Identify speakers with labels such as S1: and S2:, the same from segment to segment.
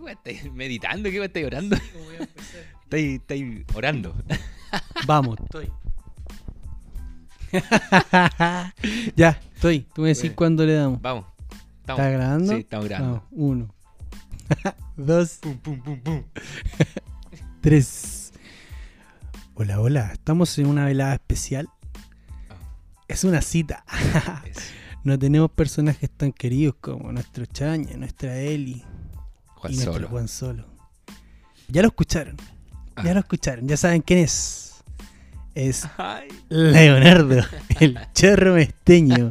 S1: weón, estáis meditando, qué weón, estáis orando. Estáis, estáis orando.
S2: Vamos, estoy. ya, estoy. Tú me decís
S1: Bueno.
S2: cuándo le damos.
S1: Vamos. Estamos.
S2: ¿Estás grabando?
S1: Sí, estamos grabando.
S2: Vamos, uno. Dos.
S1: Pum, pum, pum, pum.
S2: Tres. Hola, hola. Estamos en una velada especial.
S1: Ah.
S2: Es una cita.
S1: Es
S2: no tenemos personajes tan queridos como nuestro Chaña, nuestra Eli
S1: Juan
S2: y nuestro
S1: Solo.
S2: Juan Solo. Ya lo escucharon.
S1: Ah.
S2: Ya lo escucharon. Ya saben quién es. Es
S1: Ay.
S2: Leonardo, el chorro mesteño.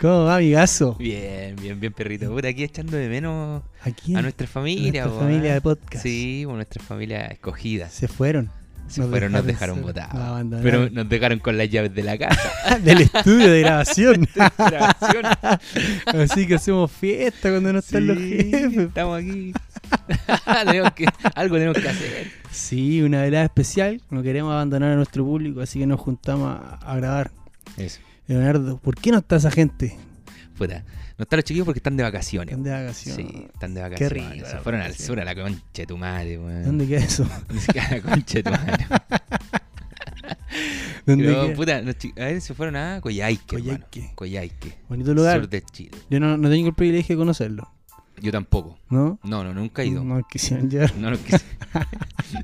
S2: ¿Cómo va, amigazo?
S1: Bien, bien, bien, perrito. Puta, aquí echando de menos
S2: Aquí
S1: a nuestra familia,
S2: nuestra
S1: po,
S2: familia de
S1: ¿eh?
S2: podcast.
S1: Sí, bueno, nuestra familia escogida.
S2: Se fueron.
S1: Se fueron, nos dejaron
S2: solos, nos
S1: botados.
S2: abandonaron.
S1: Pero nos dejaron con las llaves de la casa.
S2: Del estudio de grabación.
S1: Grabación.
S2: Así que hacemos fiesta cuando no están los
S1: Sí,
S2: jefes.
S1: Estamos aquí. Tenemos que- algo tenemos que hacer.
S2: Sí, una velada especial. No queremos abandonar a nuestro público, así que nos juntamos a, a grabar.
S1: Eso.
S2: Leonardo, ¿por qué no está esa gente?
S1: Puta. No están los chiquillos porque están de vacaciones.
S2: ¿Dónde vacaciones?
S1: Sí, están de vacaciones.
S2: rico
S1: Se
S2: la
S1: fueron al
S2: vacación.
S1: sur a la concha de tu madre, weón.
S2: ¿Dónde queda eso?
S1: Ni siquiera a la concha de tu madre.
S2: ¿Dónde
S1: Pero,
S2: queda?
S1: puta, los chi- a ver, se fueron a Coyhaique,
S2: Coyhaique.
S1: hermano. Coyhaique.
S2: Bonito lugar.
S1: Sur de Chile.
S2: Yo no, no tengo el privilegio de conocerlo,
S1: Yo tampoco.
S2: ¿no?
S1: No, no, nunca he ido. No,
S2: No quisieron llevar.
S1: lo quise.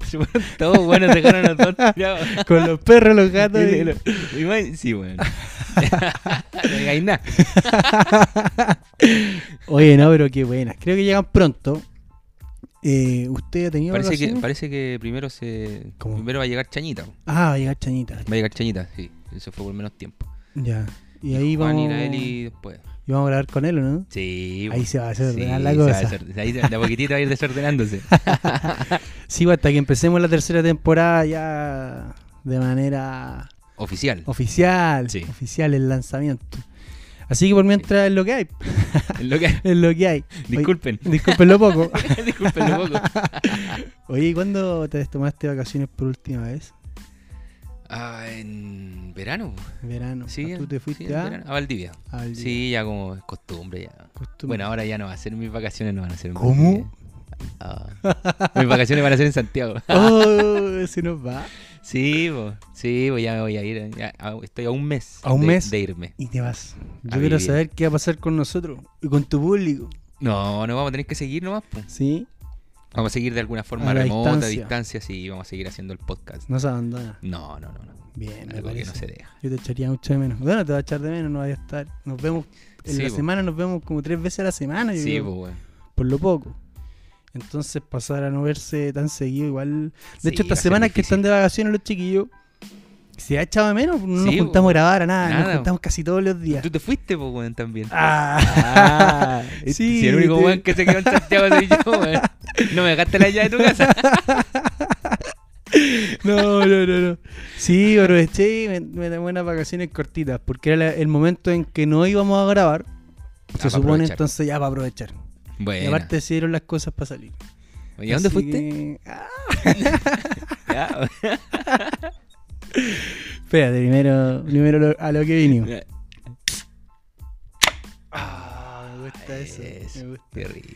S1: Se fueron todos buenos, dejaron a todos tirados.
S2: Con los perros, los gatos. y-
S1: Y lo- y más- Sí, weón. No digáis nada.
S2: Oye, no, pero qué buenas. Creo que llegan pronto. Eh, ¿Usted ha tenido
S1: Parece que,
S2: vacaciones?
S1: parece que primero se.
S2: ¿Cómo?
S1: Primero va a llegar Chañita. Va
S2: Ah, va a llegar Chañita.
S1: a llegar Chañita, sí. Eso fue por menos tiempo.
S2: Ya. Y ahí
S1: Juan
S2: vamos,
S1: y la Eli después.
S2: y vamos a grabar con él, ¿o no?
S1: Sí.
S2: Ahí se va a hacer
S1: Sí,
S2: la
S1: se va a
S2: cosa.
S1: desor- ahí de a poquitito va a ir desordenándose.
S2: Sí, pues, hasta que empecemos la tercera temporada ya de manera
S1: Oficial.
S2: Oh. oficial.
S1: Sí.
S2: Oficial el lanzamiento. Así que por mientras es lo que hay.
S1: Es lo que-
S2: Es lo que hay.
S1: Disculpen.
S2: Oye, discúlpenlo poco.
S1: Disculpen un poco.
S2: Oye, ¿y ¿cuándo te tomaste vacaciones por última vez?
S1: Ah, en verano.
S2: Verano.
S1: Sí,
S2: Ah, ¿Tú te fuiste
S1: sí, en
S2: a,
S1: verano, a Valdivia.
S2: al-
S1: Sí, ya como es costumbre. Ya.
S2: costumbre?
S1: Bueno, ahora ya no va a ser mis vacaciones, no van a ser en
S2: ¿Cómo?
S1: Valdivia. Ah, mis vacaciones van a ser en Santiago.
S2: Oh, se nos va.
S1: Sí, bo, sí, bo, ya me voy a ir. ya, a- estoy a un mes.
S2: ¿A un
S1: de-
S2: mes?
S1: De irme.
S2: Y te vas. Yo
S1: A
S2: quiero
S1: vivir.
S2: saber qué va a pasar con nosotros y con tu público.
S1: No, no vamos a tener que seguir nomás. po.
S2: ¿Sí?
S1: Vamos a seguir de alguna forma
S2: A la
S1: remota, a
S2: distancia.
S1: distancia, sí, vamos a seguir haciendo el podcast.
S2: No se abandona.
S1: No, no, no. no.
S2: Bien, me
S1: Algo que no
S2: parece.
S1: se deja.
S2: Yo te echaría mucho de menos. Bueno, te va a echar de menos, no vaya a estar. Nos vemos en
S1: Sí,
S2: la
S1: po.
S2: semana, nos vemos como tres veces a la semana, yo
S1: Sí,
S2: creo,
S1: pues, bueno.
S2: por lo poco. Entonces pasar a no verse tan seguido igual.
S1: Sí,
S2: De hecho,
S1: va a
S2: estas
S1: ser
S2: semanas que
S1: difícil.
S2: están de vacaciones los chiquillos, se ha echado de menos, no nos
S1: Sí, po.
S2: juntamos a grabar a nada, nos
S1: Nada.
S2: juntamos casi todos los días.
S1: Tú te fuiste, pues, weón, también.
S2: Ah.
S1: este-
S2: Sí,
S1: Si el único
S2: te-
S1: weón que se quedó en Santiago soy yo, weón. No me dejaste la llave de tu casa.
S2: No, no, no, no. Sí, aproveché y me, me tomé unas vacaciones cortitas, porque era la- el momento en que no íbamos a grabar. Se
S1: para Ah,
S2: supone
S1: aprovechar.
S2: entonces ya para aprovechar. Y
S1: Bueno.
S2: aparte se dieron las cosas para salir.
S1: ¿Y a dónde
S2: Así
S1: fuiste?
S2: que- Ah,
S1: Ya,
S2: espérate, primero, primero lo- a lo que vinimos.
S1: weón.
S2: Ah, me gusta eso.
S1: Eso,
S2: me gusta.
S1: qué rico.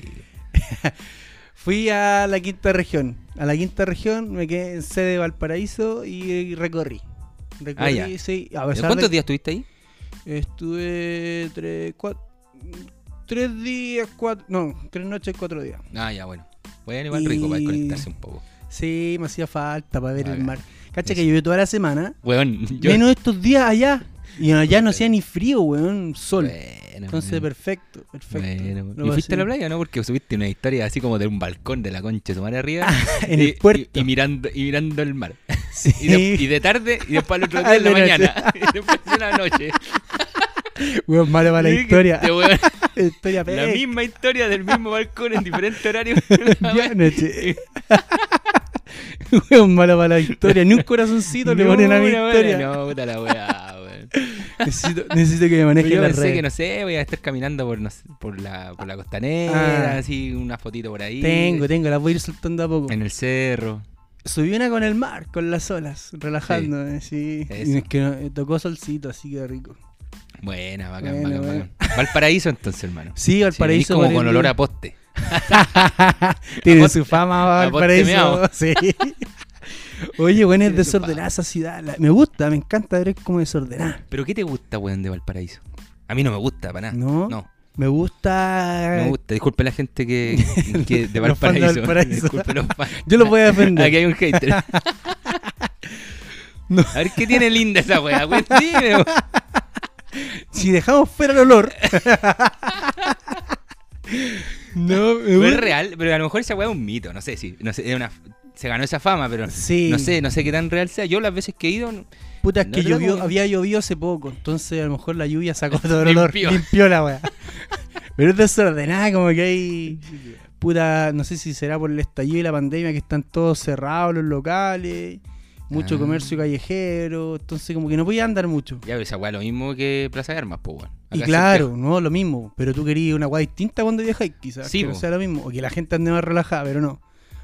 S2: Fui a la quinta región. A la quinta región me quedé en sede de Valparaíso y, recorrí. Recorrí,
S1: Ah, ya.
S2: sí. A pesar de
S1: ¿Cuántos
S2: que-
S1: días estuviste ahí?
S2: Estuve tres, cuat- tres días, cuatro, no, tres noches, cuatro días.
S1: Ah, ya, bueno. Bueno, igual rico para
S2: Y-
S1: desconectarse un poco.
S2: Sí, me hacía falta para ver el
S1: Bacán.
S2: mar. Cacha que
S1: Eso.
S2: llovió toda la semana,
S1: Weón, yo.
S2: menos estos días allá. Y allá no hacía ni frío, weón, sol.
S1: Bueno,
S2: Entonces,
S1: weón.
S2: perfecto, perfecto.
S1: Bueno,
S2: Lo
S1: ¿Y fuiste a la
S2: pasé-
S1: playa, no? Porque subiste una historia así como de un balcón de la concha de su madre arriba.
S2: en
S1: y,
S2: el
S1: y-
S2: puerto.
S1: Y, mirando, y mirando el mar.
S2: Sí. Ah,
S1: Y, de, y de tarde, y después al otro día en la
S2: De noche.
S1: mañana. Y después en la noche.
S2: Weón, malo para la
S1: Y dije,
S2: historia.
S1: este weón,
S2: La historia
S1: la
S2: pega.
S1: misma historia del mismo balcón en diferentes horarios.
S2: Ya, noche. Weón, malo para la historia. Ni un corazoncito le ponen a mi
S1: No, una
S2: historia.
S1: weá, No, puta la weá, weón.
S2: Necesito, necesito que me
S1: Pero
S2: maneje
S1: Yo
S2: la
S1: pensé
S2: red.
S1: que, no sé, voy a estar caminando por, no sé, por, la, por la costanera,
S2: Ah.
S1: así, una fotito por ahí.
S2: Tengo, tengo, las voy a ir soltando a poco.
S1: En el cerro.
S2: Subí una con el mar, con las olas, relajándome, sí.
S1: Eso.
S2: Y es que eh, tocó solcito, así que rico.
S1: Buena, bacán,
S2: Bueno,
S1: bacán,
S2: bueno.
S1: bacán. Valparaíso entonces, hermano.
S2: Sí,
S1: Sí, venís
S2: Valparaíso.
S1: como
S2: por
S1: con
S2: el-
S1: olor a poste.
S2: Tiene
S1: Aponte-
S2: su fama Valparaíso.
S1: apontemeado.
S2: Sí. Oye, bueno, es
S1: Tiene su fama.
S2: desordenada esa ciudad. la- me gusta, me encanta ver como desordenada.
S1: ¿Pero qué te gusta, weón, de Valparaíso? A mí no me gusta, para nada.
S2: ¿No?
S1: No,
S2: Me gusta.
S1: me gusta. Disculpe la gente que, que de
S2: Los fans de
S1: Valparaíso.
S2: Valparaíso.
S1: Disculpe los fans.
S2: Yo lo voy a defender.
S1: Aquí hay un hater.
S2: No.
S1: A ver, ¿qué tiene linda esa weá? Pues tiene, weón.
S2: Si dejamos fuera el olor. no,
S1: Pero
S2: me
S1: es
S2: gusta.
S1: real, pero a lo mejor esa weá es un mito, no sé si. No sé, es una- se ganó esa fama, pero
S2: Sí.
S1: no sé, no sé qué tan real sea. Yo las veces que he ido, no-
S2: Puta, es
S1: No
S2: que
S1: creo
S2: llovió,
S1: que-
S2: había llovido hace poco, entonces a lo mejor la lluvia sacó todo el olor,
S1: Limpió.
S2: limpió la weá. Pero es desordenada, como que hay. Puta, no sé si será por el estallido y la pandemia que están todos cerrados los locales, mucho
S1: Ah.
S2: comercio callejero, entonces como que no podía andar mucho.
S1: ya pero esa weá es lo mismo que Plaza de Armas, pues weón. Acá
S2: Y
S1: en
S2: claro, no, lo mismo, pero tú querías una weá distinta cuando viajáis, quizás,
S1: Sí,
S2: que no
S1: po.
S2: sea lo mismo, o que la gente ande más relajada, pero no.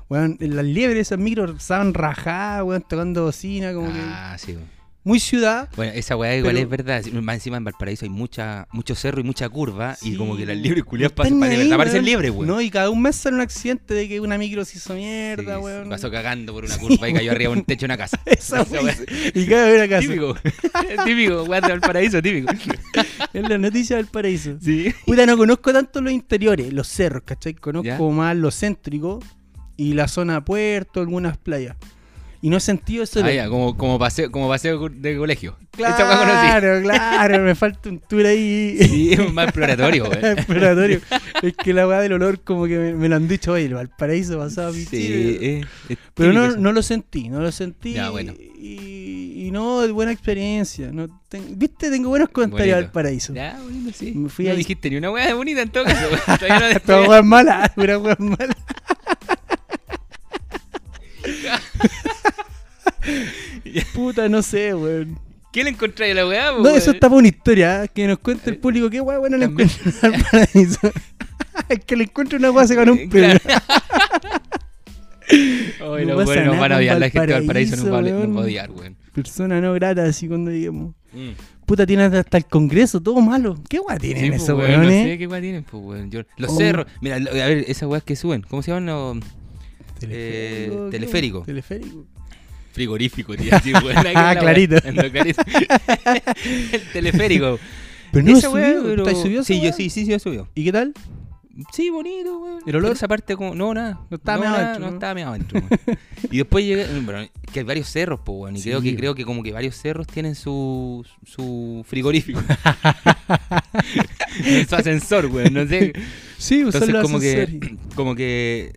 S2: Weón, las liebres esas micros estaban rajadas, weón, tocando bocina, como
S1: Santiago.
S2: que.
S1: Ah, sí, weón.
S2: Muy ciudad,
S1: Bueno, esa weá igual
S2: Pero-
S1: es verdad. si- Más encima en Valparaíso hay mucha, mucho cerro y mucha curva.
S2: Sí.
S1: Y como que las liebres culiadas
S2: Están
S1: pasan para
S2: ahí,
S1: taparse el
S2: weón.
S1: liebre, weón.
S2: No, y cada un mes sale un accidente de que una micro se hizo
S1: Sí,
S2: mierda,
S1: se
S2: weón.
S1: Pasó cagando por una curva y cayó arriba de un techo de una casa.
S2: Esa
S1: Esa
S2: weá.
S1: weá.
S2: Y cada vez una casa.
S1: Típico, típico, weá de Valparaíso, típico.
S2: Es la noticia del paraíso.
S1: Sí.
S2: Puta, no conozco tanto los interiores, los cerros, ¿cachai? Conozco
S1: Ya.
S2: más lo céntrico y la zona puerto, algunas playas. Y no he sentido eso.
S1: Ah, ya, como, como paseo, como paseo de colegio. Esa weá conocí.
S2: Claro, claro, me falta un tour ahí.
S1: Sí, es eh. más exploratorio, weón.
S2: Exploratorio. es que la weá del olor, como que me, me lo han dicho, oye, el Valparaíso pasaba a mi
S1: Sí, es- es
S2: Pero no,
S1: típico
S2: no lo sentí, no lo sentí.
S1: Ya, bueno.
S2: y, y no, es buena experiencia. No, ten- Viste, tengo buenos comentarios
S1: Bonito.
S2: al paraíso.
S1: eso. Ya, bonito, sí.
S2: Me fui
S1: no
S2: ahí.
S1: dijiste ni una weá de bonita en todo caso. weón. Todavía no
S2: Esta
S1: despegué.
S2: hueá es mala, una hueá es mala. Puta, no sé, weón.
S1: ¿Qué le encontré a la weá, po,
S2: No, eso
S1: weón?
S2: está para una historia, ¿eh? que nos cuente el público qué hueá buena le
S1: También.
S2: encuentran al paraíso. El que le encuentre una hueá se gana un premio.
S1: Claro. Oye,
S2: No
S1: los
S2: pasa
S1: weones nos
S2: nada
S1: van a
S2: con
S1: odiar, la gente de Valparaíso nos
S2: Valparaíso,
S1: va a nos
S2: weón.
S1: va a odiar, weón.
S2: Persona no grata, así cuando digamos.
S1: Mm.
S2: Puta, tienen hasta el Congreso, todo malo. ¿Qué hueá tienen
S1: Sí, po,
S2: esos
S1: weón,
S2: weones?
S1: No sé qué weá tienen, pues, weón. Yo- los
S2: Oh.
S1: cerros. Mira, lo- a ver, esas weas que suben. ¿Cómo se llaman los Eh,
S2: ¿qué?
S1: teleférico.
S2: Teleférico.
S1: frigoríficos? tío? Sí, weón, ahí
S2: Ah,
S1: la
S2: clarito.
S1: weá, lo clarito. El teleférico.
S2: Pero no
S1: Esa
S2: has
S1: weá,
S2: subido,
S1: pero-
S2: ¿estás subido
S1: Sí,
S2: esa
S1: yo
S2: weá?
S1: sí, sí, sí, yo subido.
S2: ¿Y qué tal?
S1: Sí, bonito, weón.
S2: ¿El olor?
S1: Pero Esa parte como. No, nada.
S2: No estaba meado
S1: nada,
S2: adentro,
S1: No,
S2: ¿no?
S1: estaba meado adentro, weón. Y después llegué. Bueno, que hay varios cerros, pues, weón. Y
S2: Sí,
S1: creo, que,
S2: weón.
S1: creo que como que varios cerros tienen su, su frigorífico. su ascensor, weón. No sé.
S2: Sí, usar
S1: Entonces,
S2: los
S1: como que.
S2: ascensores.
S1: Como que.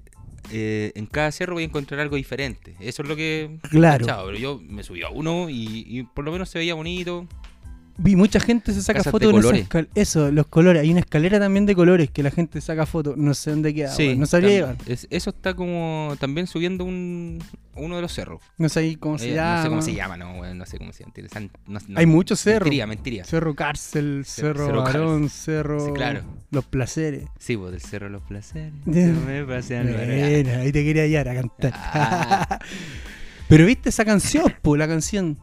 S1: eh, en cada cerro voy a encontrar algo diferente. Eso es lo que.
S2: Claro.
S1: Chao, pero yo me subí a uno y, y por lo menos se veía bonito.
S2: Vi mucha gente se saca
S1: Casas de
S2: fotos en esas
S1: colores.
S2: escal- Eso, los colores. Hay una escalera también de colores que la gente saca fotos. No sé dónde queda. weón. No sabría
S1: tam-
S2: llegar.
S1: es- eso está como también subiendo un, uno de los cerros.
S2: No sé cómo se
S1: Eh,
S2: llama.
S1: No sé cómo se llama, no, weón, no sé cómo se llama. tiene san- no- no-
S2: Hay muchos cerros.
S1: Mentiría, mentiría.
S2: Cerro Cárcel, Cerro,
S1: Cerro Cárcel.
S2: Barón, Cerro.
S1: Sí, claro.
S2: Los Placeres.
S1: Sí, pues del Cerro de los Placeres.
S2: Ya.
S1: se me
S2: Eh,
S1: pasean los reales.
S2: Bueno, ahí te quería hallar a cantar.
S1: Ah.
S2: Pero viste esa canción, po, la canción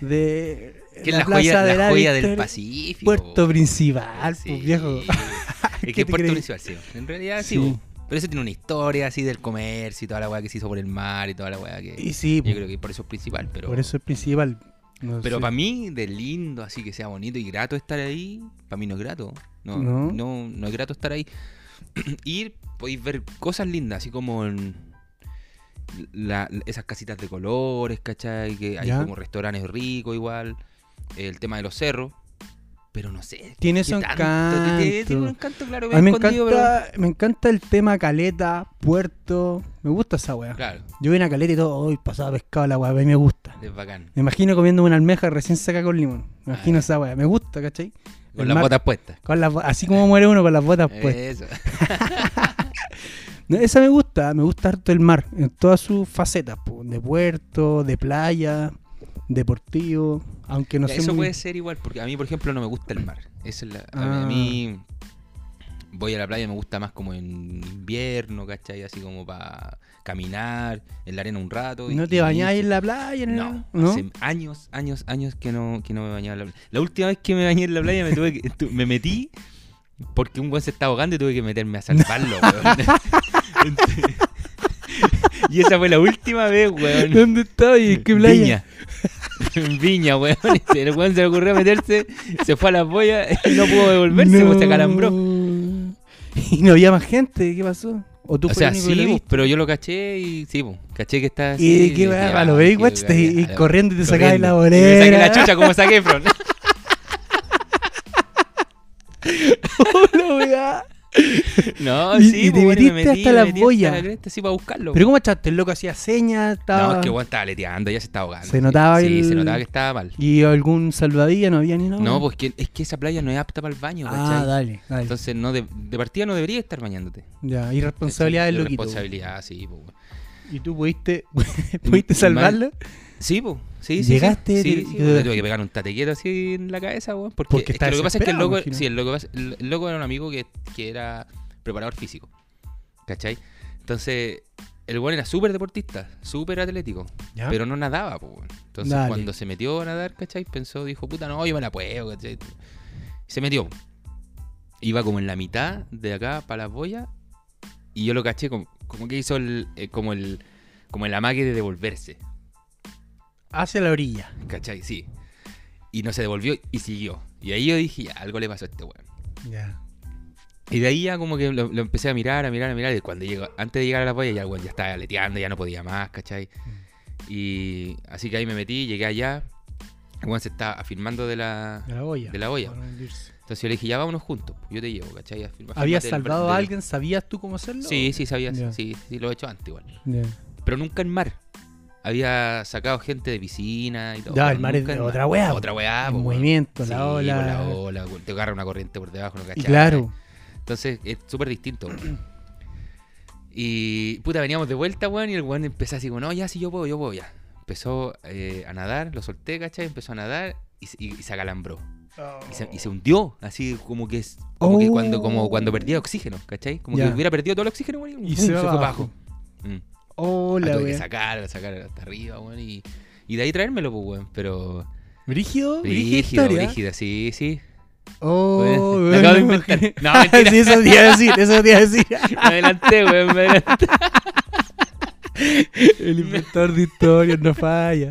S2: de.
S1: Que es la joya,
S2: de
S1: la joya del
S2: Victoria-
S1: Pacífico.
S2: Puerto
S1: po.
S2: Principal,
S1: Sí.
S2: pues viejo.
S1: Es
S2: ¿Qué
S1: que
S2: te
S1: es Puerto
S2: crees?
S1: Principal, sí. En realidad sí,
S2: Sí.
S1: po. Pero eso tiene una historia así del comercio y toda la weá que se hizo por el mar y toda la weá que.
S2: Y sí,
S1: Yo
S2: po,
S1: creo que por eso es principal, pero.
S2: por eso es principal. No
S1: Pero
S2: sé.
S1: para mí, de lindo, así que sea bonito y grato estar ahí, para mí no es grato. No,
S2: No.
S1: no. No, es grato estar ahí. Ir, podéis ver cosas lindas, así como en la- esas casitas de colores, ¿cachai? Que hay
S2: Ya.
S1: como restaurantes ricos igual. El tema de los cerros. Pero no sé.
S2: Tiene
S1: ¿qué
S2: su
S1: tanto? Tiene- Tiene un encanto,
S2: encanto.
S1: claro.
S2: A mí me
S1: escondido, pero-
S2: encanta, me encanta el tema caleta, puerto. Me gusta esa weá.
S1: Claro,
S2: Yo vi una caleta y todo, hoy pasaba pescado la weá, a mí me gusta.
S1: es bacán.
S2: Me imagino comiendo una almeja recién saca con limón. Me
S1: Ah,
S2: imagino
S1: ya.
S2: esa weá, me gusta, ¿cachai?
S1: Con
S2: El
S1: las
S2: mar-
S1: botas Eh, puestas.
S2: con las bo- así como muere uno con las botas puestas.
S1: Eso.
S2: No, esa me gusta, me gusta harto el mar, en todas sus facetas, po, de puerto, de playa, deportivo, aunque no
S1: Ya,
S2: sé
S1: eso
S2: muy-
S1: puede ser igual, porque a mí, por ejemplo, no me gusta el mar. Esa es la- a, mí- a
S2: Ah.
S1: mí voy a la playa, me gusta más como en invierno, ¿cachai? Así como para caminar en la arena un rato. y-
S2: ¿No te
S1: y-
S2: bañáis en la playa? en el-
S1: No,
S2: ¿No?
S1: hace años, años, años que no, que no me bañaba en la playa. La última vez que me bañé en la playa me, tuve que- tu- me metí Porque un weón se está ahogando y tuve que meterme a salvarlo, weón. y esa fue la última vez, weón.
S2: ¿Dónde estaba? ¿Y en qué
S1: Viña.
S2: playa?
S1: En Viña, weón. El weón se le ocurrió meterse, se fue a la boya, no pudo devolverse, pues se acalambró.
S2: Y no había más gente, ¿qué pasó? ¿O tú
S1: O
S2: fuiste
S1: sea,
S2: el único que
S1: sí,
S2: lo
S1: pues,
S2: viste?
S1: pero yo lo caché y sí, pues, caché que está así.
S2: Y qué
S1: dije,
S2: va,
S1: ah,
S2: a los Baywatch,
S1: qué
S2: te- y
S1: bacán,
S2: corriendo y te sacabas la
S1: corriendo. Y me saqué la
S2: bolera.
S1: chucha como saqué, Fron.
S2: La weá.
S1: No,
S2: Y-
S1: sí,
S2: y te
S1: pues, bueno, me
S2: metiste
S1: metí,
S2: hasta
S1: me
S2: la
S1: metí
S2: boya.
S1: la cresta, sí, para buscarlo.
S2: Pero ¿cómo echaste? El loco hacía señas, estaba...
S1: No, es que weón estaba leteando, ya se estaba ahogando.
S2: Se
S1: sí.
S2: notaba
S1: Sí,
S2: el-
S1: se notaba que estaba mal.
S2: Y algún salvadilla, no había ni nada.
S1: No, pues que- es que esa playa no es apta para el baño,
S2: Ah,
S1: ¿cachai?
S2: dale, dale.
S1: Entonces, no de, de partida no debería estar bañándote.
S2: ya, irresponsabilidad
S1: ¿cachai?
S2: del
S1: De
S2: loquito.
S1: Responsabilidad, sí, pues. weón.
S2: ¿Y tú pudiste, pudiste salvarlo?
S1: Sí, pues. Sí, sí,
S2: Llegaste,
S1: sí, sí,
S2: te-
S1: sí,
S2: te-
S1: weón. Le tuve que pegar un tatequieto así en la cabeza, weón. Porque,
S2: Porque
S1: es que
S2: estaba
S1: lo que pasa es que el loco,
S2: desesperado, imagino.
S1: sí, el loco, pas- el- el loco era un amigo que, que era preparador físico. ¿Cachai? Entonces, el weón era súper deportista, súper atlético.
S2: Ya.
S1: Pero no nadaba, pues. weón. Entonces,
S2: Dale.
S1: cuando se metió a nadar, ¿cachai? Pensó, dijo, puta, no, yo me la puedo, ¿cachai? Se metió. Iba como en la mitad de acá para las boyas. Y yo lo caché como, como que hizo el, eh, como el como el amague de devolverse.
S2: Hacia la orilla.
S1: ¿Cachai? Sí. Y no se devolvió y siguió. Y ahí yo dije, "Ya, algo le pasó a este weón.
S2: Ya.
S1: Y de ahí ya como que lo, lo empecé a mirar, a mirar, a mirar. Y cuando llegó, antes de llegar a la playa, ya el weón ya estaba aleteando, ya no podía más, ¿cachai? Y así que ahí me metí, llegué allá. El weón se estaba afirmando de la,
S2: De la olla.
S1: de la olla.
S2: Para no hundirse.
S1: Entonces yo le dije, ya vámonos juntos. pues, Yo te llevo, ¿cachai? Afirma- afírmate
S2: ¿Habías
S1: del
S2: salvado
S1: brazo
S2: a
S1: del-
S2: alguien? ¿Sabías tú cómo hacerlo?
S1: Sí, sí, sabía.
S2: Ya.
S1: Sí, sí, lo he hecho antes igual.
S2: Ya,
S1: Pero nunca en mar. Había sacado gente de piscina y todo.
S2: Ya,
S1: pero
S2: el mar es
S1: nunca en
S2: otra weá.
S1: Otra weá,
S2: El
S1: po, weón.
S2: movimiento,
S1: Ah, pues, Sí,
S2: la
S1: po,
S2: ola.
S1: la ola, weón. Te agarra una corriente por debajo, no
S2: Y
S1: cachai.
S2: claro.
S1: Entonces es súper distinto. weón. Y puta, veníamos de vuelta, weón, y el weón empezó así como, no, ya sí, yo puedo, yo puedo, ya. Empezó eh, a nadar, lo solté, ¿cachai? Empezó a nadar y, se- y- y se acalambró. Y se, y se hundió, así como que, es- como que
S2: Oh.
S1: cuando, como cuando perdía oxígeno, ¿cachai? Como
S2: Ya.
S1: que hubiera perdido todo el oxígeno, weón,
S2: Y
S1: ¡pum!
S2: se va
S1: fue
S2: abajo.
S1: abajo. Mm.
S2: Oh,
S1: La
S2: la
S1: tuve que
S2: wea.
S1: sacar, sacar hasta arriba, weón. Y, y de ahí traérmelo, pues, weón. Pero.
S2: Brígido, brígida
S1: Brígido,
S2: historia.
S1: brígido, sí, sí.
S2: Oh,
S1: Weón,
S2: weón.
S1: la acabo de
S2: no me
S1: inventar.
S2: imagino.
S1: No, mentira.
S2: sí, eso te iba a decir, eso te iba a decir.
S1: Me adelanté, weón. Me adelanté.
S2: El inventor de historias no falla.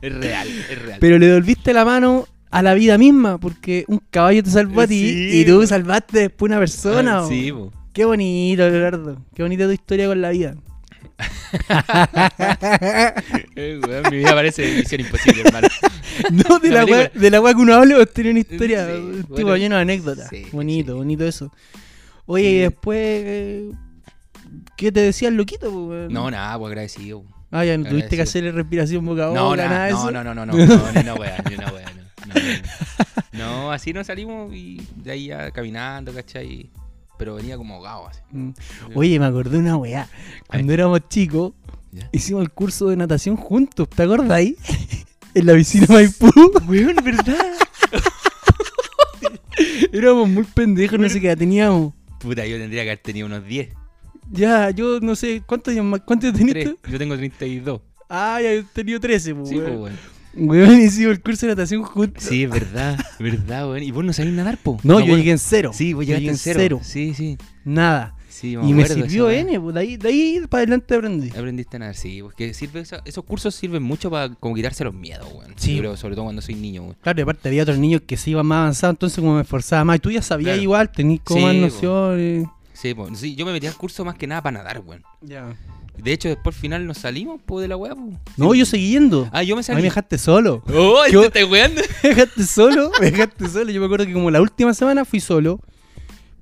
S1: Es real, es real.
S2: Pero le devolviste la mano a la vida misma, porque un caballo te salvó a ti
S1: Sí,
S2: y tú
S1: weón.
S2: salvaste después una persona.
S1: Ah, Sí,
S2: weón.
S1: po.
S2: Qué bonito, Leonardo. Qué bonita tu historia con la vida.
S1: Eh, weón, mi vida parece misión imposible, hermano.
S2: No, de
S1: La
S2: la, weá,
S1: película.
S2: de la weá que uno habla, vos tenés una historia,
S1: Sí,
S2: un tipo
S1: bueno.
S2: lleno de anécdotas.
S1: Sí,
S2: bonito,
S1: sí.
S2: bonito eso. Oye, y
S1: Sí.
S2: después, eh, ¿qué te decía el loquito? po, weón?
S1: No, nada, pues agradecido. po.
S2: Ah, ya no tuviste que
S1: agradecido.
S2: hacerle respiración boca a boca,
S1: No,
S2: nada
S1: nada,
S2: de
S1: no,
S2: eso.
S1: no, no, no, no, no, ni una weá, ni una weá, no, no, no. No, así nos salimos y de ahí ya caminando, ¿cachai? Pero venía como ahogado así.
S2: Mm. Oye, me acordé de una weá. Cuando éramos chicos,
S1: Ya.
S2: hicimos el curso de natación juntos, ¿te acordáis? en la piscina Maipú.
S1: Weón, ¿verdad?
S2: Éramos muy pendejos, no sé qué edad teníamos.
S1: Puta, yo tendría que haber tenido unos 10.
S2: Ya, yo no sé, ¿cuántos años más? ¿Cuántos años tenías
S1: Tres.
S2: tú?
S1: Yo tengo 32.
S2: Ah, ya he tenido 13, pues.
S1: Sí, po, weón.
S2: Weón, hicimos el curso de natación juntos.
S1: Sí, es verdad, verdad, weón. Y vos no sabés nadar, po.
S2: No, yo
S1: weón.
S2: llegué en cero.
S1: Sí, vos llegaste
S2: Llegué
S1: en cero. Sí, sí.
S2: Nada.
S1: sí
S2: y me
S1: acuerdo de
S2: sirvió
S1: esa weá.
S2: N, pues, de ahí, de ahí para adelante aprendí.
S1: Aprendiste a nadar, sí, porque sirve eso- esos cursos sirven mucho para como quitarse los miedos, weón.
S2: Sí.
S1: Yo creo, sobre todo cuando soy niño, weón.
S2: Claro, y aparte había otros niños que se iban más avanzados, entonces como me esforzaba más. Y tú ya sabías
S1: Claro.
S2: igual, tenías como
S1: Sí,
S2: más
S1: po.
S2: nociones.
S1: Sí, po. Sí, yo me metí al curso más que nada para nadar, weón.
S2: Ya.
S1: De hecho, después al final nos salimos, po, de la weá, po.
S2: No,
S1: Sí.
S2: yo seguí yendo.
S1: Ah, yo me
S2: A mí me
S1: salí.
S2: dejaste solo.
S1: ¡Oh,
S2: Yo-
S1: te estás weando!
S2: Me dejaste solo, me dejaste solo. Yo me acuerdo que como la última semana fui solo.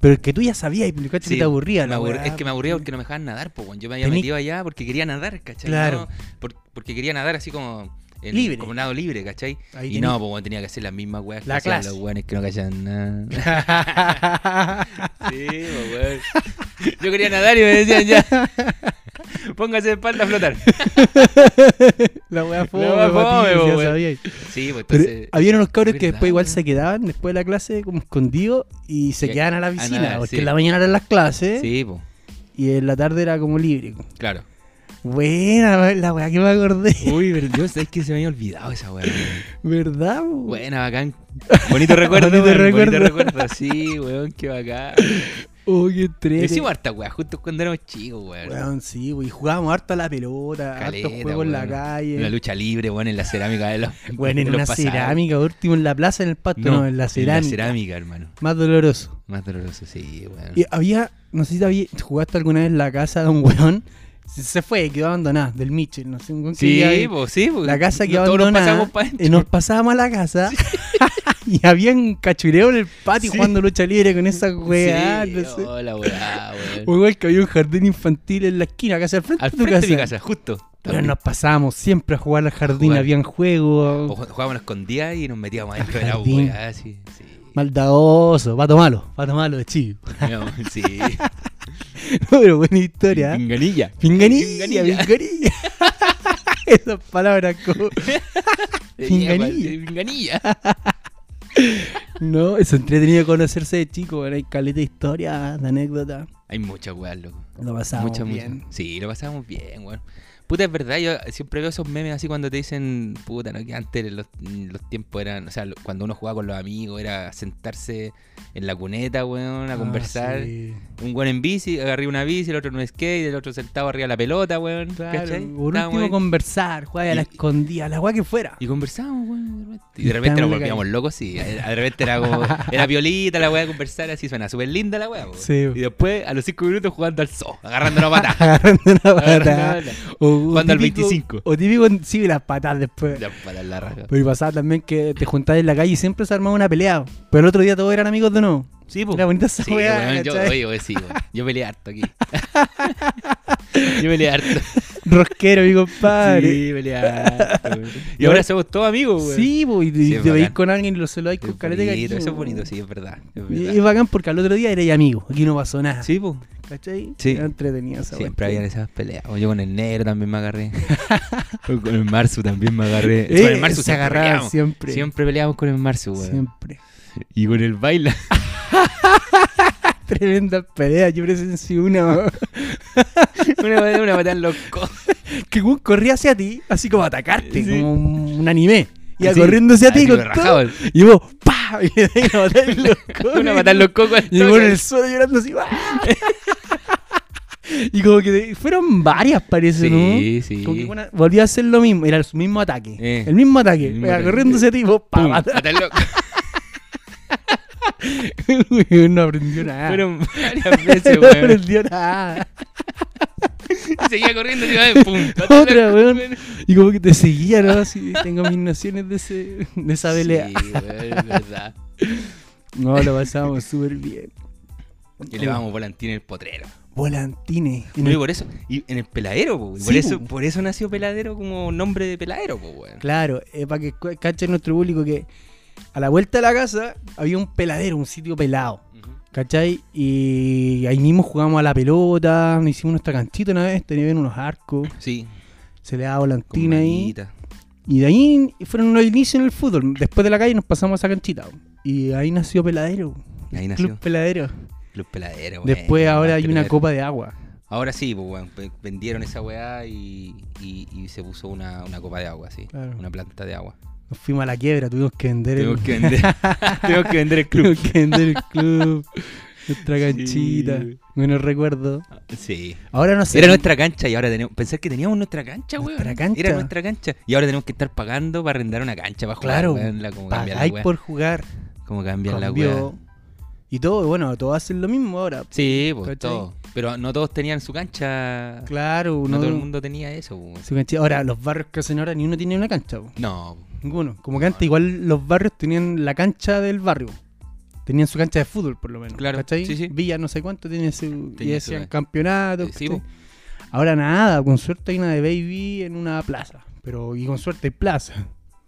S2: Pero es que tú ya sabías y publicaste que
S1: Sí,
S2: te aburría
S1: me
S2: la
S1: aburr-
S2: weá.
S1: Es que me aburría porque no me dejaban nadar, pues, Yo me había
S2: Tení-
S1: metido allá porque quería nadar, ¿cachai?
S2: Claro.
S1: No, por- porque quería nadar así como. en-
S2: Libre.
S1: Como nado libre, ¿cachai?
S2: Ahí
S1: y
S2: tení.
S1: no, pues, tenía que hacer las mismas weas
S2: La
S1: que hacían
S2: clase.
S1: los weones que no callan nada. sí, pues, weón. Yo quería nadar y me decían ya. Póngase de espalda a flotar.
S2: la weá fue,
S1: La weá fome, po, weón.
S2: sabíais.
S1: Sí, pues
S2: Pero
S1: entonces.
S2: había unos cabros que
S1: ¿verdad,
S2: después igual
S1: weón?
S2: se quedaban después de la clase como escondidos y se
S1: Y a-
S2: quedaban a la
S1: a
S2: piscina,
S1: nadar,
S2: porque
S1: sí.
S2: en la mañana eran las clases
S1: Sí, pues,
S2: y en la tarde era como libre.
S1: claro.
S2: Buena, la weá que me acordé.
S1: Uy, pero yo sé que se me había olvidado esa weá. weón.
S2: ¿Verdad? po?
S1: Buena, bacán. Bonito recuerdo,
S2: Bonito
S1: weón,
S2: recuerdo.
S1: Bonito recuerdo. Sí, weón, qué bacán.
S2: Oh, qué entrete.
S1: Hicimos harta weá, justo cuando éramos chicos, weón.
S2: Weón, sí, wey. Jugábamos harto a la pelota,
S1: Caleta,
S2: harto juego en la
S1: weón.
S2: calle.
S1: En la lucha libre, weón, en la cerámica de los.
S2: Bueno,
S1: de
S2: en
S1: los
S2: una
S1: pasados.
S2: cerámica, último en la plaza, en el pasto, no, en la cerámica.
S1: cerámica, Ah. hermano.
S2: Más doloroso.
S1: Más doloroso, sí, weón.
S2: Y había, no sé si había, jugaste alguna vez en la casa de un weón. Se se fue, quedó abandonada, del Mitchell, no sé, un weón que vivía ahí.
S1: Sí, pues, sí, pues.
S2: La casa quedó
S1: Todos nos
S2: abandonada.
S1: pasamos pa'
S2: eh, nos pasábamos a la casa. y había un cachureo en el patio
S1: Sí.
S2: jugando lucha libre con esa weá,
S1: sí,
S2: no sé.
S1: Hola, weá, weón.
S2: O igual que había un jardín infantil en la esquina, casi al frente
S1: Al
S2: de tu
S1: frente
S2: casa.
S1: de mi casa, justo.
S2: Pero nos pasábamos siempre a jugar al jardín,
S1: Jugar.
S2: habían juegos.
S1: O ju- jugábamos escondidas y nos metíamos adentro de la
S2: jardín.
S1: weá, así. Sí.
S2: Maldadoso, vato malo, vato malo de chivo.
S1: Teníamos- sí.
S2: Pero buena historia. ¿eh?
S1: Pinganilla.
S2: Pinganilla, pinganilla. Esas palabras como... Pinganilla.
S1: Eh, Pinganilla.
S2: No, es entretenido conocerse de chico, bueno, hay caleta de historia, de anécdota.
S1: Hay muchas weas, loco.
S2: Lo pasamos
S1: Muchas,
S2: bien.
S1: muchas. Sí, lo pasábamos bien, weón. Puta, es verdad, yo siempre veo esos memes así cuando te dicen, puta, ¿no? que antes los, los tiempos eran, o sea, lo- cuando uno jugaba con los amigos era sentarse en la cuneta, weón, a
S2: Ah,
S1: conversar.
S2: sí.
S1: Un weón en bici, agarré una bici, el otro en un skate, el otro sentado arriba de la pelota, weón.
S2: Claro,
S1: ¿cachai?
S2: por
S1: Estábamos
S2: último
S1: ahí.
S2: conversar, jugar a la
S1: Y-
S2: escondida, la weá que fuera.
S1: Y conversábamos, weón. de repente. Y
S2: Y
S1: de repente nos
S2: estábamos en la
S1: volvíamos
S2: calle.
S1: locos, sí. De de repente era como. Era violita la weá de conversar, así suena súper linda la weá, weón.
S2: Sí.
S1: Y después, a los cinco minutos, jugando al zoo, agarrando la pata.
S2: Agarrando una
S1: Agarrando la
S2: patada.
S1: pata.
S2: O- o
S1: Jugando al
S2: típico-
S1: 25.
S2: O típico, sí, las patadas después.
S1: Ya, para la raja.
S2: Pero y pasaba también que te juntabas en la calle y siempre se armaba una pelea. Pero el otro día todos eran amigos de nuevo.
S1: Sí,
S2: Era bonita esa
S1: Sí,
S2: weá,
S1: weón, yo,
S2: ¿cachai?
S1: oye, oye, sí, weón. Yo peleé harto aquí. yo peleé harto.
S2: Rosquero, mi compadre.
S1: Sí, peleé harto. weón. Y
S2: Y ahora-
S1: ahora somos todos amigos, weón.
S2: Sí, pues, y
S1: Sí,
S2: y
S1: es
S2: te veis
S1: bacán.
S2: con alguien y lo saludáis
S1: Es
S2: con caleta de
S1: bonito,
S2: cariño,
S1: eso es
S2: po.
S1: bonito, sí, es verdad. Es
S2: Y
S1: verdad.
S2: es bacán porque al otro día eres amigo. Aquí no pasó nada.
S1: Sí, pues.
S2: ¿Cachai?
S1: Sí.
S2: Era entretenida esa
S1: Siempre habían
S2: cuestión.
S1: esas peleas. O Yo con el negro también me agarré. O con el Marzu también me agarré.
S2: Eh,
S1: con el Marzu
S2: se
S1: siempre
S2: agarraban
S1: peleamos.
S2: siempre. Siempre.
S1: Siempre peleamos con el Marzu, weón.
S2: siempre.
S1: Y con el baila.
S2: Tremenda pelea. Yo presencié una
S1: una, una patada en los codos.
S2: que un corría hacia ti, así como a atacarte,
S1: Sí.
S2: como un anime. Y
S1: Así, ah,
S2: corriendo hacia ti
S1: así,
S2: con
S1: pero
S2: todo.
S1: rajado.
S2: Y vos, ¡pa! Y le dais una patada en los codos.
S1: Una patada en los cocos. al
S2: Y el weón
S1: toque.
S2: en el suelo llorando así, ¡ah! Y como que fueron varias, parece, ¿no?
S1: Sí, sí.
S2: Como que una- volvió a hacer lo mismo, era su mismo ataque.
S1: Eh,
S2: el mismo ataque.
S1: el mismo
S2: Era
S1: ataque.
S2: corriendo hacia ti y vos,
S1: Pum,
S2: ¡pa!
S1: patada en los
S2: Weón, no aprendió nada.
S1: Fueron varias veces,
S2: no
S1: weón.
S2: aprendió nada.
S1: Y seguía corriendo y iba de pum. patada en
S2: Otra,
S1: los-
S2: weón. Y como que te seguía, ¿no? Así, tengo mis nociones de, ese, de esa pelea.
S1: Sí, weón, es verdad.
S2: No, lo pasábamos súper bien.
S1: Y le vamos volantín en el potrero.
S2: Volantines. En
S1: No,
S2: el-
S1: y por eso, y en el peladero, po, y
S2: Sí,
S1: por, eso,
S2: po.
S1: por eso nació peladero como nombre de peladero, po, weón.
S2: Claro, para que cu- cachen nuestro público que a la vuelta de la casa había un peladero, un sitio pelado.
S1: Ujú.
S2: ¿Cachai? Y ahí mismo jugamos a la pelota, nos hicimos nuestra canchita una vez, tenían unos arcos,
S1: Sí,
S2: se le daba
S1: con
S2: volantina ahí.
S1: manguita.
S2: Y de ahí fueron los inicios en el fútbol. Después de la calle nos pasamos a esa canchita. Y ahí nació Peladero.
S1: Ahí
S2: el
S1: nació.
S2: Club Peladero.
S1: Los peladeros, weón.
S2: Después ahora
S1: Más
S2: hay una
S1: peladero.
S2: copa de agua.
S1: Ahora sí, pues, weón. pe- Vendieron esa weá y, y, y se puso una, una copa de agua, sí.
S2: Claro.
S1: Una planta de agua.
S2: Nos fuimos a la quiebra, tuvimos que vender el,
S1: Tengo que vender, tengo que vender el club.
S2: tuvimos que vender el club. Nuestra canchita.
S1: Sí.
S2: Buenos recuerdos.
S1: Sí.
S2: Ahora no sé.
S1: Era nuestra cancha y ahora tenemos. Pensar que teníamos nuestra cancha, weón.
S2: Nuestra cancha.
S1: Era nuestra cancha. Y ahora tenemos que estar pagando para arrendar una cancha para jugar.
S2: Claro,
S1: weón, la- como cambiar la
S2: Pagáis
S1: weá.
S2: por jugar.
S1: Como cambiar la
S2: cambió.
S1: weá.
S2: Y todo, bueno, todos hacen lo mismo ahora.
S1: Sí, pues
S2: ¿Cachai?
S1: todo. Pero no todos tenían su cancha.
S2: Claro,
S1: No
S2: uno.
S1: todo el mundo tenía eso, weón.
S2: su canchita. Ahora, los barrios que hacen ahora, ni uno tiene una cancha. po.
S1: No.
S2: Ninguno. Como que antes, igual los barrios tenían la cancha del barrio. Tenían su cancha de fútbol, por lo menos.
S1: Claro,
S2: ¿cachai?
S1: sí, sí.
S2: Villa, no sé cuánto, tenía su.
S1: Tenía
S2: y
S1: su-
S2: hacían campeonatos.
S1: Sí, pues.
S2: ¿cachai?
S1: po.
S2: Ahora nada, con suerte hay una de Baby en una plaza. Pero, y con suerte hay plaza.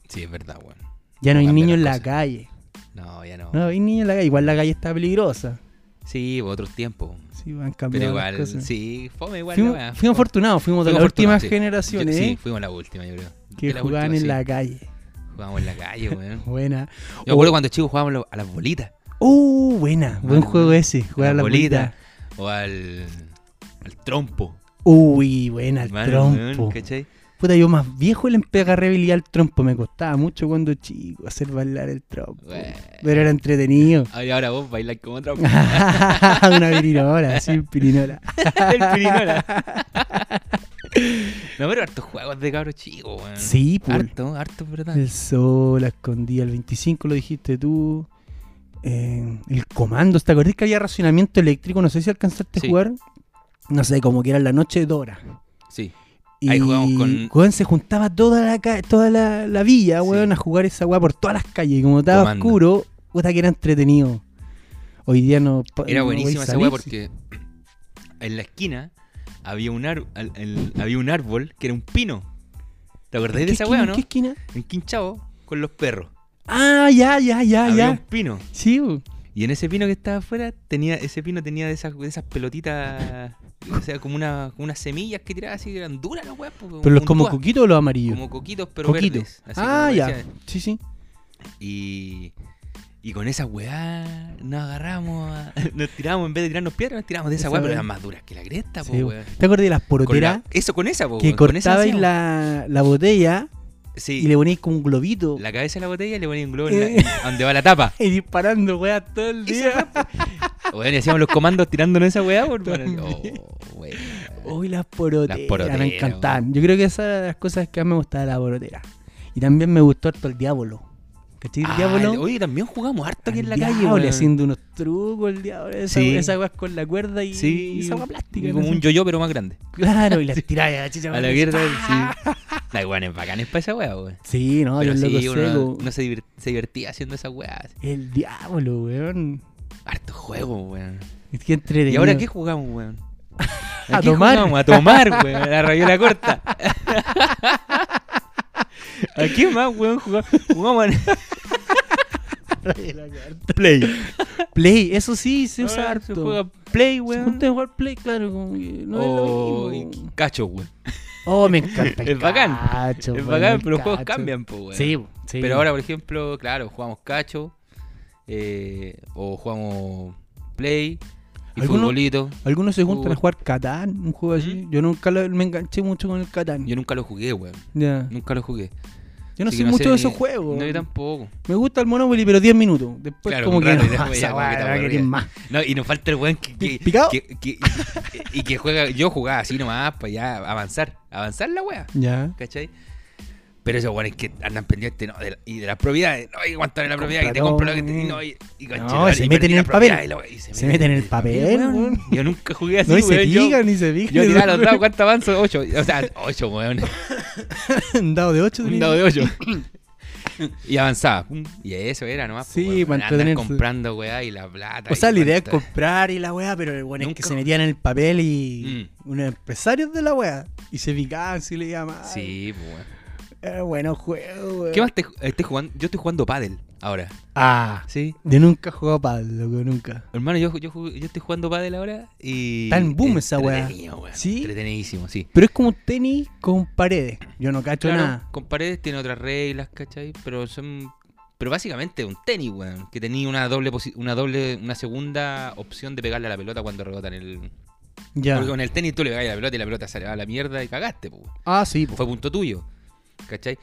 S1: Sí, es verdad, weón.
S2: Ya no hay
S1: Cómo cambian las
S2: niños en la
S1: cosas.
S2: calle.
S1: No, ya no.
S2: No hay niños en la calle. Igual la calle está peligrosa.
S1: Sí, pues, otros tiempos.
S2: Sí, van
S1: Pero
S2: cambiando. las
S1: igual,
S2: cosas.
S1: sí, fome igual.
S2: fuimos,
S1: la weá.
S2: fuimos
S1: Fome.
S2: afortunados, fuimos de
S1: Fuimos
S2: las últimas
S1: afortunados, sí.
S2: generaciones
S1: Yo-
S2: ¿eh?
S1: Sí, fuimos la última, yo creo.
S2: que
S1: De la
S2: jugaban
S1: última,
S2: en
S1: sí.
S2: la calle.
S1: Jugábamos en la calle, weón.
S2: Buena.
S1: Yo me acuerdo cuando chicos jugábamos lo- a las bolitas.
S2: Uh, buena. Buen
S1: Ah,
S2: juego ese. Jugar a la
S1: bolita.
S2: bolita.
S1: O al, al trompo.
S2: Uy, buena, el
S1: Mano, weón,
S2: trompo.
S1: ¿cachai?
S2: Puta, yo más viejo le empecé a agarrar habilidad al trompo. Me costaba mucho cuando chico hacer bailar el trompo.
S1: Bueno.
S2: Pero era entretenido.
S1: Ay, Ahora vos bailas como trompo.
S2: Una pirinola, sí, pirinola.
S1: Ah. el pirinola. no, pero hartos juegos de cabros chicos, weón.
S2: Sí, pues. pul.
S1: Harto, harto, ¿verdad?
S2: El sol, la escondida, el 25 lo dijiste tú. Eh, el comando, ¿te acordás que había racionamiento eléctrico? No sé si alcanzaste
S1: Sí.
S2: a jugar. No sé, como que era la noche de Dora.
S1: Sí.
S2: Y
S1: Ahí jugamos con-
S2: weón, se juntaba toda la, ca- toda la, la villa,
S1: Sí.
S2: weón, a jugar esa weá por todas las calles. Y como estaba
S1: Comando.
S2: oscuro, puta que era entretenido. Hoy día no. pa-
S1: Era
S2: no
S1: buenísima
S2: podéis
S1: esa weá
S2: salir, sí.
S1: porque en la esquina había un, ar- al- el- había un árbol que era un pino. ¿Te acordáis
S2: ¿Qué
S1: de esa
S2: esquina?
S1: weá, no?
S2: ¿Qué esquina?
S1: En Quinchao, con los perros.
S2: Ah, ya, ya, ya,
S1: había un
S2: ya.
S1: pino.
S2: Sí, weón.
S1: Y en ese pino que estaba afuera, tenía, ese pino tenía de esas, de esas pelotitas, o sea, como, una, como unas semillas que tiraba así, que eran duras las weas. pues,
S2: ¿Pero los
S1: un
S2: como
S1: tua,
S2: coquito o los amarillos?
S1: como coquitos, pero
S2: Coquito.
S1: verdes. así
S2: Ah,
S1: como
S2: ya.
S1: parecía.
S2: Sí, sí.
S1: Y, y con esa weá nos agarramos, a- nos tiramos, en vez de tirarnos piedras, nos tiramos de esa
S2: Esa
S1: weá, pero
S2: weá.
S1: eran más duras que la cresta, po,
S2: Sí,
S1: weá.
S2: ¿Te acuerdas de las
S1: Con la-
S2: poroteras?
S1: eso con esa, po,
S2: Que
S1: weón, con esa
S2: cortabais
S1: hacíamos.
S2: la, la botella
S1: Sí,
S2: y le poníais como un globito.
S1: la cabeza de la botella y le ponía un globo en la-
S2: Eh.
S1: en- a donde va la tapa.
S2: Y disparando, weá, todo el día.
S1: Weón, y hacíamos los comandos tirándonos esa weá, por
S2: También.
S1: Oh, weón.
S2: Uy, las poroteras.
S1: Las poroteras,
S2: me encantaban. Yo creo que esa era de las cosas que más me gustaba de la porotera. Y también me gustó harto el diablo. ¿Cachai? El
S1: Ah,
S2: diablo.
S1: el- oye, también jugamos harto aquí en
S2: al
S1: la calle,
S2: diablo,
S1: weón.
S2: haciendo unos trucos, el diablo. Esa,
S1: Sí.
S2: esa weá con la cuerda y,
S1: Sí,
S2: y esa weá plástica.
S1: y
S2: no
S1: como
S2: sé.
S1: un yo-yo, pero más grande.
S2: Claro, y las tiraba la chicha. ¡Ah!
S1: A la mierda, sí. La igual es bacán, es para esa weá, weón.
S2: Sí, no, yo
S1: Pero
S2: loco
S1: sí, uno,
S2: seco.
S1: uno se, divir- se divertía haciendo esa weá. así.
S2: El diablo, weón.
S1: Harto juego, weón.
S2: Es que entretenido.
S1: ¿Y ahora qué jugamos, weón?
S2: A tomar.
S1: jugamos? A tomar, weón. A La rabiola corta. ¿A qué más, weón? Jugamos, jugamos a...
S2: Play. Play, eso sí, se usa
S1: Ahora Ah, se
S2: harto.
S1: juega Play,
S2: Se
S1: weón.
S2: junta a jugar Play, claro, como que no
S1: o
S2: es lo mismo.
S1: cacho, weón.
S2: Oh, me encanta. el
S1: Oh. Es bacán.
S2: cacho,
S1: Es
S2: weón,
S1: bacán,
S2: el
S1: pero los juegos
S2: cacho.
S1: cambian, po, weón.
S2: Sí, sí.
S1: Pero ahora, por ejemplo, claro, jugamos cacho. eh, o jugamos play. Y
S2: ¿Alguno?
S1: futbolito.
S2: Algunos se juntan
S1: Fútbol.
S2: a jugar Catán, un juego así.
S1: Uh. ¿Mm?
S2: Yo nunca lo- me enganché mucho con el Catán.
S1: Yo nunca lo jugué, weón.
S2: Ya.
S1: Nunca lo jugué.
S2: Yo no
S1: Así
S2: soy
S1: que
S2: mucho
S1: sé
S2: de
S1: ni-
S2: esos juegos.
S1: No, yo tampoco.
S2: Me gusta el Monopoly, pero 10 minutos. Después
S1: Claro,
S2: Pues como
S1: un
S2: que
S1: rato y
S2: no,
S1: después ya,
S2: esa
S1: como que
S2: weá,
S1: te
S2: no
S1: aburrí.
S2: querés más.
S1: No, y nos falta el weón que, que-
S2: ¿Picado?
S1: que- que- y que juega, yo jugaba así nomás para ya avanzar, avanzar la wea,
S2: Ya.
S1: ¿cachai? Pero esos weones que andan pendientes ¿no? de la- y de las propiedades, no, y aguantar la propiedad, que te compro
S2: Compra todo,
S1: lo que te, y
S2: mm.
S1: no, y, y
S2: No,
S1: conchetumare,
S2: se
S1: y
S2: meten
S1: perdí
S2: en
S1: la
S2: el papel.
S1: propiedad y la wea, y
S2: Se meten en el papel,
S1: weón.
S2: weón.
S1: Yo nunca jugué así,
S2: No, y se
S1: weón. Yo,
S2: fijan, ni se fijan.
S1: yo tiraba los dados, ¿cuánto avanzo? Ocho, o sea, ocho, weón.
S2: Un dado de 8.
S1: Un dado de ocho. Y avanzaba. pum, Y eso era nomás.
S2: Sí,
S1: pues, weón,
S2: para
S1: andar
S2: entretenerse.
S1: comprando, weá, y la plata.
S2: O sea,
S1: y
S2: la idea es
S1: cuánta-
S2: comprar y la weá, pero el bueno es que
S1: Nunca- Mm.
S2: se metían en el papel y unos empresarios de la weá. Y se picaban si le llamaban.
S1: Sí, pues, weón.
S2: Era bueno juego, weón.
S1: ¿Qué más te, estoy jugando? Yo estoy jugando pádel ahora.
S2: Ah,
S1: Sí.
S2: yo nunca he jugado pádel, loco, nunca.
S1: Hermano, yo, yo, jugué- yo estoy jugando pádel ahora y...
S2: Está en boom esa weá.
S1: entretenido, weón.
S2: ¿Sí?
S1: Entretenidísimo, sí.
S2: Pero es como un tenis con paredes. Yo no cacho
S1: Claro,
S2: nada.
S1: con paredes tiene otras reglas, ¿cachai? Pero son... Pero básicamente es un tenis, weón. Que tenía una doble, posi- una doble... Una segunda opción de pegarle a la pelota cuando rebotan el...
S2: Ya.
S1: Porque con el tenis tú le pegas a la pelota y la pelota sale a la mierda y cagaste, pues.
S2: Ah, sí, po.
S1: Fue punto tuyo, ¿cachai?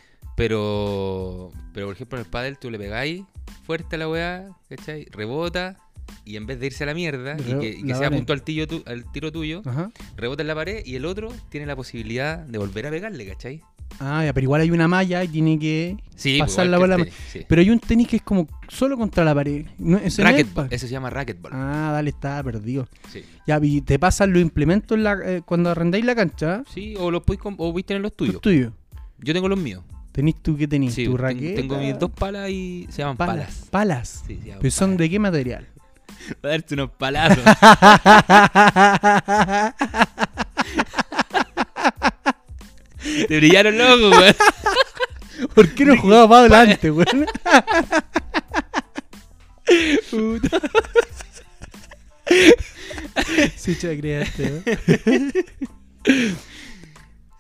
S1: Pero, pero por ejemplo, en el pádel tú le pegáis fuerte a la weá, ¿cachai? Rebota y en vez de irse a la mierda y
S2: Rebo-
S1: que, y que
S2: la Ah.
S1: sea
S2: vale.
S1: punto al, tillo tu- al tiro tuyo,
S2: Ajá.
S1: rebota en la pared y el otro tiene la posibilidad de volver a pegarle, ¿cachai?
S2: Ah, ya, pero igual hay una malla y tiene que.
S1: Sí,
S2: Pasar
S1: pues, igual
S2: la
S1: que
S2: bola
S1: el
S2: a-
S1: tenis, sí.
S2: Pero hay un tenis que es como solo contra la pared. No, ese no es
S1: Racquetball,
S2: pa-
S1: eso se llama racquetball.
S2: Ah, dale, estaba perdido.
S1: Sí.
S2: Ya, y te pasan los implementos en la- eh, cuando arrendáis la cancha. ¿eh?
S1: Sí, o los podéis com- o podéis tener los tuyos.
S2: Los tuyos.
S1: Yo tengo los míos.
S2: ¿Tenís tú qué tenís?
S1: Sí, pues,
S2: ¿Tu
S1: ten-
S2: raqueta?
S1: tengo mis dos palas y se llaman
S2: palas.
S1: palas.
S2: Palas.
S1: Sí, se llaman
S2: ¿Pero son de qué material?
S1: palas. Para darte unos palazos. Te brillaron los ojos, weón.
S2: ¿Por qué no jugaba para adelante, weón? Puta. Sí, chacreaste, weón.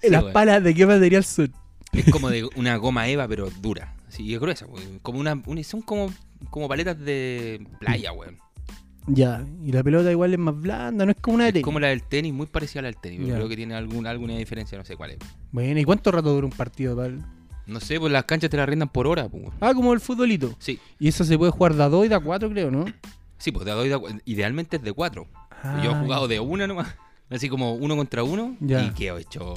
S2: ¿Las
S1: weón.
S2: palas de qué material son?
S1: Es como de una goma Eva, pero dura. Sí, y es gruesa, weón. Como una, una- son como, como paletas de playa, weón.
S2: Ya, y la pelota igual es más blanda, no es como una de
S1: Es
S2: tenis.
S1: como la del tenis, muy parecida a la del tenis. pero
S2: Ya.
S1: Creo que tiene algún, alguna diferencia, no sé cuál es.
S2: Bueno, ¿y cuánto rato dura un partido tal?
S1: No sé, pues las canchas te las rentan por hora. Pues. weón.
S2: Ah, como el futbolito.
S1: Sí,
S2: Y eso se puede jugar de a 2 y de a 4, creo, ¿no?
S1: sí, pues de a dos y de a cua- idealmente es de cuatro.
S2: Ah,
S1: Yo he jugado de una nomás, así como uno contra uno,
S2: Ya.
S1: y quedo hecho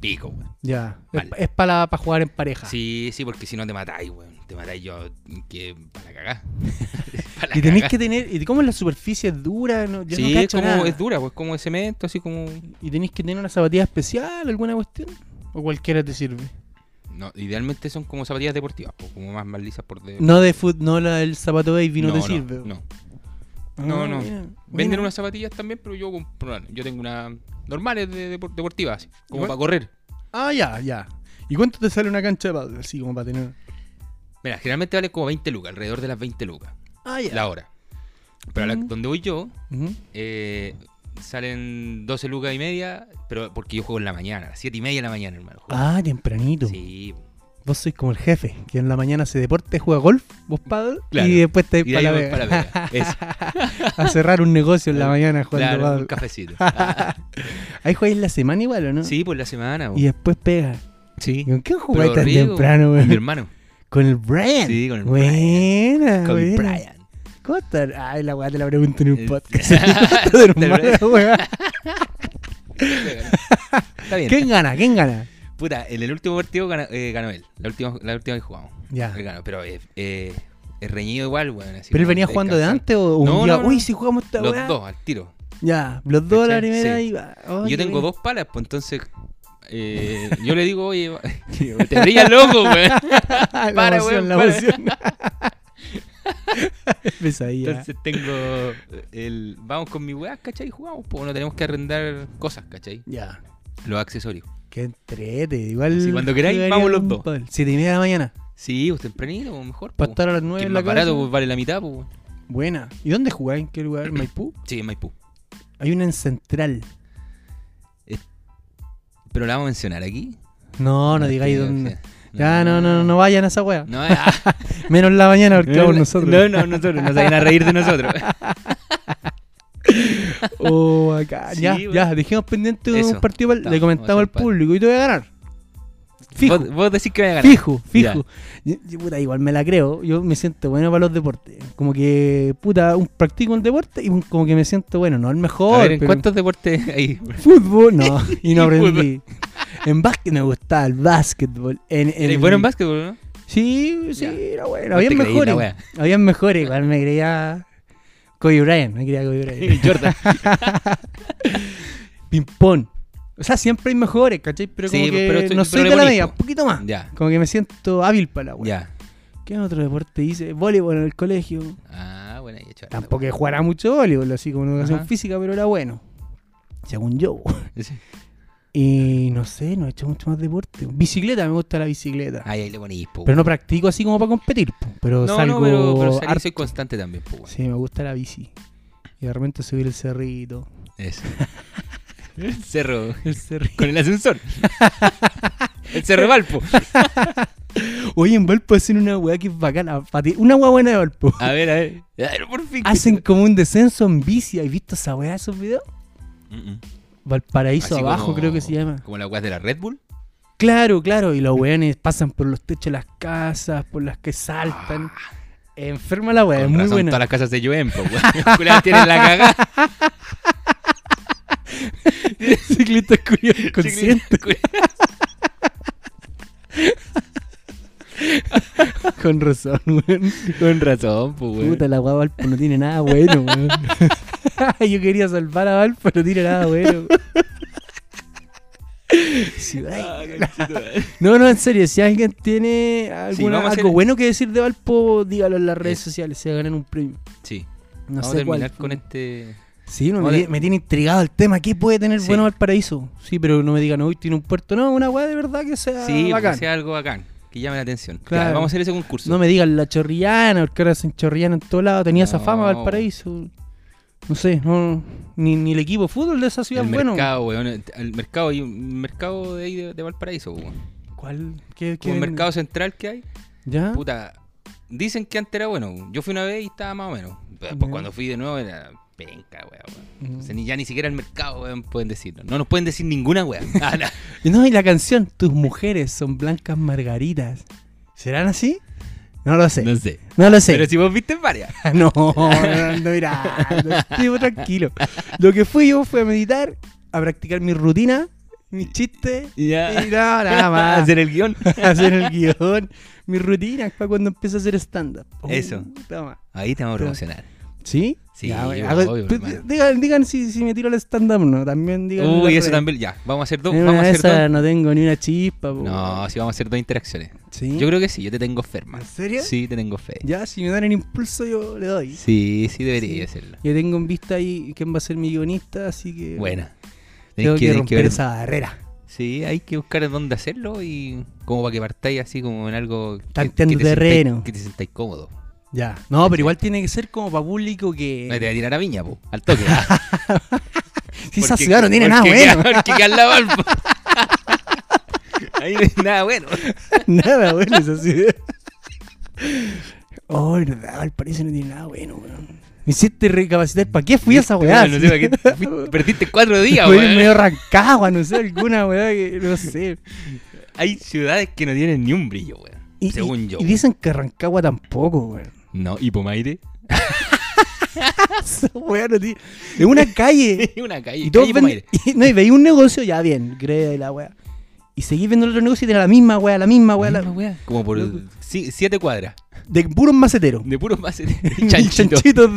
S1: pico, weón.
S2: Ya, Es-
S1: Vale.
S2: es, para, para jugar en pareja.
S1: Sí, sí, porque si no te matáis, weón. Te matáis yo, que para cagar. para
S2: Y tenéis que tener. ¿Y cómo es la superficie es dura? No, yo
S1: Sí,
S2: no
S1: es,
S2: cacho
S1: como,
S2: nada.
S1: es dura, pues como de cemento, así como...
S2: ¿Y tenéis que tener una zapatilla especial, alguna cuestión? ¿O cualquiera te sirve?
S1: No, idealmente son como zapatillas deportivas, pues, como más, más lisas por dentro.
S2: No de fut, no la, el zapato baby no, te sirve.
S1: Eh, No.
S2: Ah,
S1: no, no.
S2: mira,
S1: Venden
S2: mira.
S1: unas zapatillas también, pero yo compro- yo tengo unas normales de, depor- deportivas, así, como
S2: Igual-
S1: para correr.
S2: Ah, ya, ya. ¿Y cuánto te sale una cancha de pádel? Así como para tener.
S1: Mira, generalmente vale como 20 lucas, alrededor de las 20 lucas,
S2: Ah, ya.
S1: la hora. Pero a la-
S2: Mm.
S1: donde voy yo,
S2: Ujú.
S1: eh, salen 12 lucas y media, pero porque yo juego en la mañana, a las 7 y media de la mañana, hermano. juego.
S2: Ah, tempranito.
S1: sí.
S2: Vos sois como el jefe, que en la mañana hace deporte, juega golf, vos pádel
S1: Claro.
S2: y después te
S1: Y
S2: vais
S1: de
S2: para
S1: ahí voy
S2: la vega.
S1: para la vega. Eso,
S2: a cerrar un negocio en la mañana jugando
S1: claro, un
S2: pádel.
S1: cafecito.
S2: Ahí jugáis la semana igual, ¿o no?
S1: Sí, por la semana.
S2: Y después pega.
S1: sí.
S2: ¿Y con quién jugáis
S1: Pero
S2: tan
S1: rico,
S2: temprano,
S1: Con mi
S2: weón?
S1: hermano.
S2: Con el Brian.
S1: Sí, con el
S2: Buena,
S1: Con
S2: buena.
S1: Brian.
S2: ¿Cómo están? Ay, la weá te la pregunto en un
S1: Eh,
S2: podcast. Puta hermana, weá.
S1: Está bien.
S2: ¿Quién gana? ¿Quién gana?
S1: Puta, en el último partido gana- eh, ganó, él. La última, la última que jugamos.
S2: Ya.
S1: Él ganó, pero eh, eh, es reñido igual, weón. así
S2: ¿Pero él
S1: como
S2: venía jugando de
S1: descansar.
S2: antes o un
S1: No,
S2: día?
S1: no, no.
S2: Uy, si jugamos esta
S1: Los
S2: weá.
S1: dos, al tiro.
S2: Ya, los dos a la
S1: ¿Cachai?
S2: primera
S1: Sí.
S2: y va. Oh,
S1: Y yo
S2: qué
S1: tengo
S2: bueno.
S1: dos palas, pues entonces eh, yo le digo, oye, va- te brillas loco, weón.
S2: Ah, la
S1: Para, weón,
S2: emoción, la
S1: para.
S2: emoción. Pesadilla.
S1: Entonces tengo el. Vamos con mi weá, ¿cachai? Y jugamos, pues no tenemos que arrendar cosas, ¿cachai?
S2: ya.
S1: Los accesorios.
S2: Qué entrete. Igual.
S1: Sí, cuando queráis,
S2: jugaría
S1: vamos los
S2: un
S1: dos.
S2: pádel. Siete y media de la mañana.
S1: Sí, pues tempranito, pues, mejor.
S2: Para
S1: pues.
S2: estar a las
S1: Que
S2: nueve
S1: es
S2: en la
S1: más barato,
S2: casa.
S1: pues vale la mitad, pues. weón.
S2: Buena. ¿Y dónde jugáis? ¿En qué lugar? ¿En Maipú?
S1: Sí, en Maipú.
S2: Hay una en Central.
S1: Pero la vamos a mencionar aquí.
S2: No, no
S1: es
S2: digáis
S1: que-
S2: dónde.
S1: o sea,
S2: Ya, no, no, no, no vayan a esa wea.
S1: No, ah,
S2: Menos la mañana porque
S1: no,
S2: vamos
S1: no,
S2: nosotros.
S1: No, no, nosotros, nos vayan a reír de nosotros.
S2: Oh, acá.
S1: Sí,
S2: ya,
S1: weón.
S2: ya, dejemos pendiente un
S1: Eso.
S2: partido. pa'l- Le
S1: Estamos,
S2: comentamos
S1: vamos a
S2: al
S1: hacer pa'l-
S2: público y te voy a ganar. Fijo,
S1: Vos, vos decís que voy a ganar.
S2: fijo, fijo. Yo- yo, puta, igual me la creo. Yo me siento bueno para los deportes. Como que, puta, un, practico un deporte y un- como que me siento bueno. No el mejor.
S1: a ver, ¿en
S2: pero en
S1: cuántos deportes hay?
S2: Fútbol, no. Y no
S1: Y fútbol.
S2: aprendí. en básquet me gustaba el básquetbol. En, en-
S1: ¿Eres bueno en básquetbol, no?
S2: Sí, sí,
S1: Ya.
S2: era bueno.
S1: No te
S2: Habían
S1: creí la
S2: mejores. Habían mejores. Igual me creía Kobe Bryant. Me creía Kobe Bryant.
S1: Jordan.
S2: ping-pong. O sea, siempre hay mejores, ¿cachai? Pero como
S1: Sí,
S2: que
S1: pero esto-
S2: no
S1: pero
S2: soy
S1: le
S2: de la
S1: ponís,
S2: media, un
S1: po.
S2: poquito más.
S1: Ya,
S2: Como que me siento hábil para la wea.
S1: ya.
S2: ¿Qué otro deporte hice? Voleibol en el colegio.
S1: Ah, bueno, ahí hecho.
S2: Tampoco que jugara mucho voleibol, así como en educación
S1: Ajá.
S2: física, pero era bueno. Según yo.
S1: Sí.
S2: Y no sé, no he hecho mucho más deporte. Bicicleta, me gusta la bicicleta.
S1: Ahí, ahí le ponís, po.
S2: Pero no practico así como para competir, po. pero
S1: no,
S2: salgo
S1: no, pero, pero salí-
S2: harto.
S1: soy constante también, po. weón.
S2: Sí, me gusta la bici. Y de repente subir el cerrito.
S1: Eso. El cerro.
S2: El cerrito.
S1: Con el ascensor. El cerro de Valpo.
S2: Oye, en Valpo hacen una weá que es bacana. pa' ti- Una weá buena de Valpo.
S1: A ver, a ver. A ver, por fin.
S2: Hacen como un descenso en bici. ¿Has visto esa weá esos videos?
S1: Mm, mm.
S2: Valparaíso
S1: Así
S2: abajo,
S1: como-
S2: creo que se llama.
S1: Como la weas de la Red Bull.
S2: Claro, claro. Y los weones pasan por los techos de las casas, por las que saltan. Enferma la weá,
S1: Ah.
S2: Pues es
S1: Con
S2: muy
S1: razón,
S2: buena.
S1: Todas las casas de Joem, po, weón. Los culiados tienen la cagada.
S2: Ciclistas curiosos conscientes, con razón, weón.
S1: Con razón, pues, weón.
S2: Puta, la weá Valpo no tiene nada bueno, weón. Yo quería salvar a Valpo, no tiene nada bueno. Ciudad
S1: Ah, conchito, weón.
S2: No, no, en serio, si alguien tiene alguna,
S1: vamos a
S2: algo
S1: hacer-
S2: bueno que decir de Valpo, dígalo en las redes
S1: Eso.
S2: sociales, se ganan un premio.
S1: Sí.
S2: No
S1: Vamos a
S2: sé cuál.
S1: terminar con este.
S2: Sí, no,
S1: vamos a
S2: me, tiene-
S1: ter-
S2: me tiene intrigado el tema. ¿Qué puede tener
S1: Sí.
S2: bueno Valparaíso? Sí, pero no me digan, hoy tiene un puerto. No, una weá de verdad que sea
S1: Sí,
S2: Ah, bacán.
S1: que sea algo bacán. Que llame la atención. Ya,
S2: Claro.
S1: vamos a hacer ese concurso.
S2: No me digan la chorrillana, porque ahora hacen chorrillana en todo lado. Tenía esa fama
S1: No.
S2: Valparaíso. No sé, no, ni, ni el equipo de fútbol de esa ciudad
S1: El
S2: es bueno.
S1: mercado, weón. El mercado, hay un mercado de ahí de, de Valparaíso, po, weón.
S2: ¿Cuál? ¿Qué, qué
S1: Como el
S2: venden?
S1: mercado central que hay.
S2: ¿Ya?
S1: Puta. Dicen que antes era bueno. Yo fui una vez y estaba más o menos. Pues
S2: Ya.
S1: cuando fui de nuevo era penca, weón. Entonces,
S2: Mm.
S1: ni, ya ni siquiera el mercado, weón, pueden decirlo. No nos pueden decir ninguna, weón. Ah, no.
S2: Y No, y la canción, tus mujeres son blancas margaritas. ¿Serán así? No lo sé.
S1: No sé.
S2: No lo sé.
S1: Pero si vos viste varias.
S2: No, no, no, mira, estoy tranquilo. Lo que fui yo fue a meditar, a practicar mi rutina, mis chistes
S1: Ya.
S2: y nada, nada más.
S1: Hacer el guión.
S2: hacer el guión, mi rutina para cuando empiezo a hacer stand-up. Oh,
S1: Eso.
S2: Toma.
S1: Ahí te vamos a promocionar.
S2: ¿Sí?
S1: Sí,
S2: Ya, bueno,
S1: obvio,
S2: hago-
S1: hermano.
S2: pues, digan, digan si, si me tiro al stand-up o no, también digan. en
S1: Uy,
S2: las
S1: eso
S2: redes.
S1: también. Ya, vamos a hacer dos.
S2: En
S1: Vamos a
S2: una de
S1: hacer
S2: esas
S1: dos.
S2: no tengo ni una chispa. po.
S1: No, sí, vamos a hacer dos interacciones.
S2: ¿Sí?
S1: Yo creo que sí, yo te tengo fe, hermano.
S2: ¿En serio?
S1: Sí, te tengo fe.
S2: Ya, si me dan el impulso yo le doy.
S1: Sí, sí debería
S2: Sí.
S1: hacerlo.
S2: Yo tengo en vista ahí quién va a ser mi guionista, así que...
S1: Buena.
S2: Tengo
S1: Tenés
S2: que,
S1: tenés
S2: romper
S1: ver-
S2: esa barrera.
S1: Sí, hay que buscar dónde hacerlo y como para que partáis así como en algo que-
S2: Tanteando
S1: que te
S2: terreno.
S1: Sintáis, que te sintáis cómodo.
S2: Ya. No, pero igual tiene que ser como para público que...
S1: No te va a tirar a viña, po, al toque.
S2: si esa
S1: Porque-
S2: ciudad no tiene nada
S1: porque
S2: bueno.
S1: queda- porque queda al lado, po. Ahí no hay nada bueno.
S2: nada bueno esa ciudad. oh, verdad, Valparaíso no tiene nada bueno, weón. Me hiciste recapacitar. ¿Para qué fui a esa weá?
S1: No sé, ¿para qué te fuiste? Perdiste cuatro días,
S2: Fui
S1: weón.
S2: medio arrancado, no sé, alguna weá que no sé.
S1: Hay ciudades que no tienen ni un brillo, weón.
S2: Y,
S1: Según
S2: y-
S1: yo.
S2: y dicen que Rancagua tampoco, weón.
S1: No, y Pomaire.
S2: Esa weá no tiene. Es una calle.
S1: una calle.
S2: y todos
S1: calle Pomaire.
S2: venden. y- no, y veía un negocio, ya bien, greda y la weá. Y seguís viendo el otro negocio y tiene la misma weá, la misma weá. la-
S1: Misma weá. Como por
S2: Loco.
S1: si- siete cuadras.
S2: De puros maceteros.
S1: De puros más
S2: Y
S1: chanchitos.
S2: chanchitos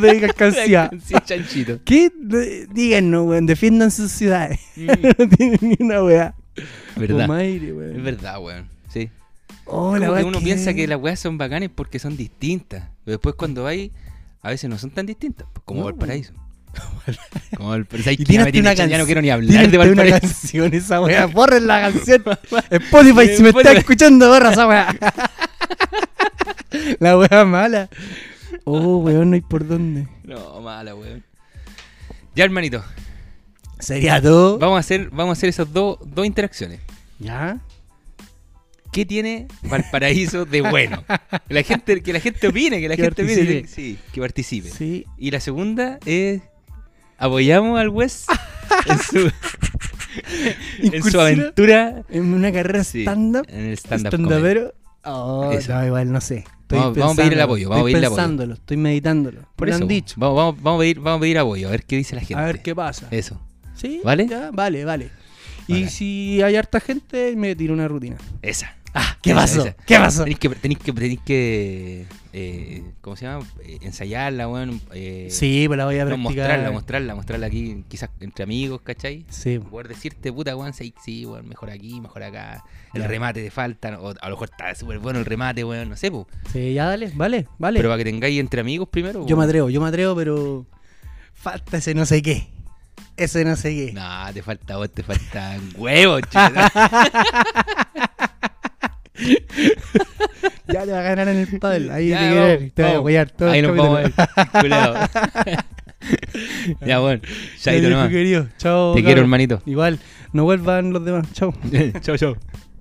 S2: de cascancía.
S1: Sí, chanchito.
S2: ¿Qué? De- Díganos, weón, defiendan sus ciudades. no tienen ni una weá.
S1: Mm. verdad.
S2: Pomaire, weón.
S1: Es verdad, weón. Sí.
S2: Oh, la
S1: Como
S2: weá
S1: que uno piensa que las weas son bacanes porque son distintas. Pero después cuando hay, a veces no son tan distintas. pues, Como
S2: No,
S1: Valparaíso. Como Valparaíso. Ay,
S2: Y
S1: que ya
S2: tiene
S1: me
S2: hasta
S1: tiene
S2: una
S1: hecha, Ya
S2: canción-
S1: no quiero ni
S2: Tiene
S1: hablar de
S2: hasta una
S1: Valparaíso.
S2: canción esa weá. Borren la canción. Spotify, si me está
S1: Spotify.
S2: escuchando, borra esa weá. la weá mala. Oh, weón, no hay por dónde.
S1: No, mala, weón. Ya, hermanito.
S2: Sería todo.
S1: Vamos a hacer, vamos a hacer esas dos, dos interacciones.
S2: ¿Ya?
S1: ¿Qué tiene Valparaíso de bueno? Que la gente, que la gente opine, que la
S2: Que
S1: gente opine.
S2: participe.
S1: Sí, que participe.
S2: Sí.
S1: Y la segunda es apoyamos al West en su, en su
S2: Incursiona
S1: aventura
S2: En una carrera
S1: Sí,
S2: stand-up.
S1: en el stand-up. comedy.
S2: Stand-upero. Oh,
S1: Eso.
S2: no, igual no sé. Estoy
S1: Vamos- vamos a pedir el
S2: pensándolo,
S1: apoyo, vamos a
S2: estoy
S1: pedirle apoyo.
S2: pensándolo, estoy meditándolo.
S1: Por
S2: Me lo
S1: eso,
S2: han dicho.
S1: Vamos, vamos, vamos a pedir, vamos a pedir apoyo, a ver qué dice la gente.
S2: A ver qué pasa.
S1: Eso.
S2: ¿Sí?
S1: ¿Vale?
S2: ya, vale, vale. Y
S1: Bacán.
S2: si hay harta gente, me tiro una rutina.
S1: Esa.
S2: Ah, ¿Qué
S1: esa,
S2: pasó?
S1: esa.
S2: ¿Qué pasó?
S1: Tenéis que, tenéis que, tenéis que eh, ¿cómo se llama? Eh, ensayarla, weón. eh,
S2: Sí, pues la voy a
S1: no,
S2: practicar.
S1: mostrarla, mostrarla, mostrarla aquí, quizás entre amigos, ¿cachai?
S2: Sí.
S1: Poder decirte, puta, weón, sí, sí, weón, mejor aquí, mejor acá. El
S2: Ya.
S1: remate te falta, no, o a lo mejor está súper bueno el remate, weón, no sé, po.
S2: Sí, ya dale, vale, vale.
S1: Pero para que tengáis entre amigos primero.
S2: yo me
S1: weón.
S2: atrevo, yo me atrevo, pero falta ese no sé qué. Ese no sé qué.
S1: Nah, te falta vos, te faltan huevos, chico.
S2: Ya te va a ganar en el pádel. Ahí
S1: Ya,
S2: te, quiero
S1: vamos,
S2: ver, te voy a
S1: vamos.
S2: apoyar todo
S1: Ahí
S2: el
S1: nos
S2: capítulo.
S1: vamos a ver. culeado. ya, bueno.
S2: Ya,
S1: Chaito
S2: viejo
S1: nomás.
S2: querido. Chao.
S1: Te quiero,
S2: cabros.
S1: hermanito.
S2: Igual, no vuelvan los demás. Chao.
S1: chau, chau.